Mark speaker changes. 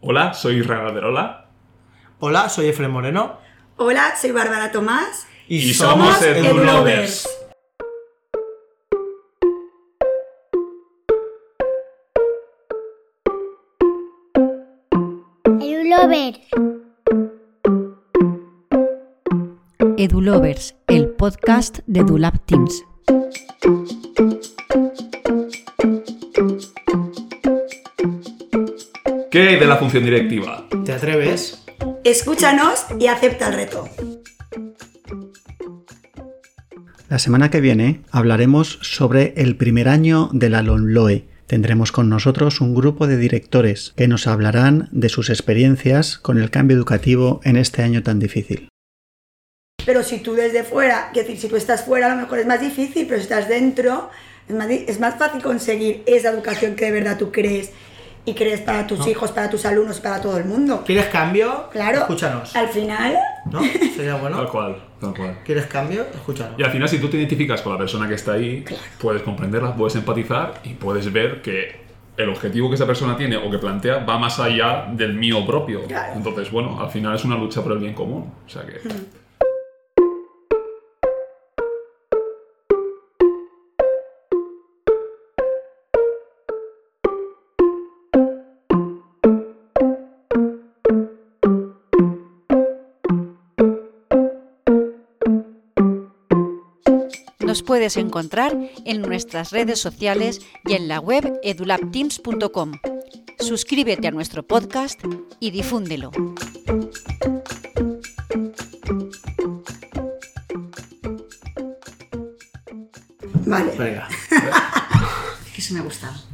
Speaker 1: Hola, soy Israel Alderola.
Speaker 2: Hola, soy Efren Moreno.
Speaker 3: Hola, soy Bárbara Tomás.
Speaker 1: Y, somos,
Speaker 3: somos
Speaker 1: Edulovers.
Speaker 3: Edulovers.
Speaker 4: Eulover.
Speaker 5: EduLovers, el podcast de EduLab Teams.
Speaker 1: ¿Qué hay de la función directiva?
Speaker 2: ¿Te atreves?
Speaker 3: Escúchanos y acepta el reto.
Speaker 6: La semana que viene hablaremos sobre el primer año de la LONLOE. Tendremos con nosotros un grupo de directores que nos hablarán de sus experiencias con el cambio educativo en este año tan difícil.
Speaker 3: Pero si tú desde fuera, es decir, si tú estás fuera, a lo mejor es más difícil, pero si estás dentro, es más, di- es más fácil conseguir esa educación que de verdad tú crees y crees para tus hijos, para tus alumnos, para todo el mundo.
Speaker 2: ¿Quieres cambio?
Speaker 3: Claro.
Speaker 2: Escúchanos.
Speaker 3: Al final,
Speaker 2: ¿No? Sería
Speaker 1: Tal
Speaker 2: bueno.
Speaker 1: cual, tal cual.
Speaker 2: ¿Quieres cambio? Escúchanos.
Speaker 1: Y al final, si tú te identificas con la persona que está ahí, puedes comprenderla, puedes empatizar y puedes ver que el objetivo que esa persona tiene o que plantea va más allá del mío propio.
Speaker 3: Claro.
Speaker 1: Entonces, bueno, al final es una lucha por el bien común. O sea que.
Speaker 5: Nos puedes encontrar en nuestras redes sociales y en la web edulabteams.com. Suscríbete a nuestro podcast y difúndelo.
Speaker 3: vale.
Speaker 2: Venga.
Speaker 3: Eso me ha gustado.